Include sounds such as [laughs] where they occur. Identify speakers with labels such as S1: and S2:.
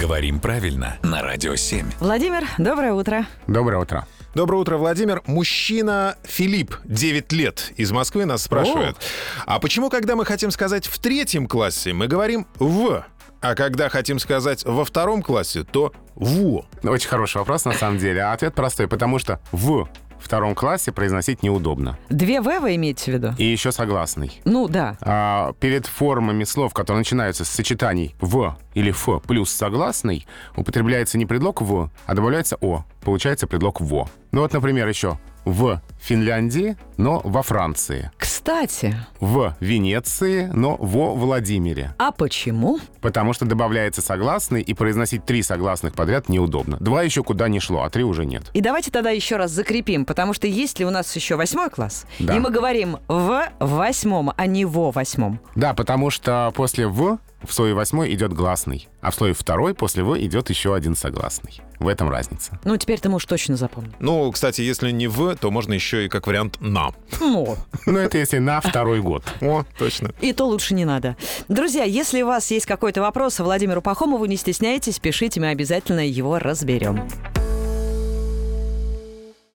S1: Говорим правильно на Радио 7.
S2: Владимир, доброе утро.
S3: Доброе утро.
S4: Доброе утро, Владимир. Мужчина Филипп, 9 лет, из Москвы нас спрашивает. А почему, когда мы хотим сказать в третьем классе, мы говорим «в», а когда хотим сказать во втором классе, то «во»?
S3: Очень хороший вопрос, на самом деле. А ответ простой, потому что в втором классе произносить неудобно.
S2: Две В вы имеете в виду?
S3: И еще согласный.
S2: Ну да.
S3: А, перед формами слов, которые начинаются с сочетаний «в» или «ф» плюс согласный, употребляется не предлог «в», а добавляется «о». Получается предлог «во». Ну вот, например, еще «в Финляндии, но во Франции»,
S2: Кстати,
S3: «в Венеции, но во Владимире».
S2: а почему?
S3: Потому что добавляется согласный, и произносить три согласных подряд неудобно. Два еще куда не шло, а три уже нет.
S2: И давайте тогда еще раз закрепим, потому что если у нас еще восьмой класс,
S3: Да.
S2: и мы говорим в восьмом, а не во восьмом.
S3: Да, потому что после «в» в слое восьмой идет гласный, а в слое второй после «в» идет еще один согласный. В этом разница.
S2: Ну, теперь ты можешь
S4: [laughs]
S2: точно запомнить.
S4: Ну, кстати, если не «в», то можно еще и как вариант «на».
S2: Ну,
S3: Ну, это если на второй год.
S4: О, точно.
S2: И то лучше не надо. Друзья, если у вас есть какой-то вопрос Владимиру Пахомову, не стесняйтесь, пишите, мы обязательно его разберем.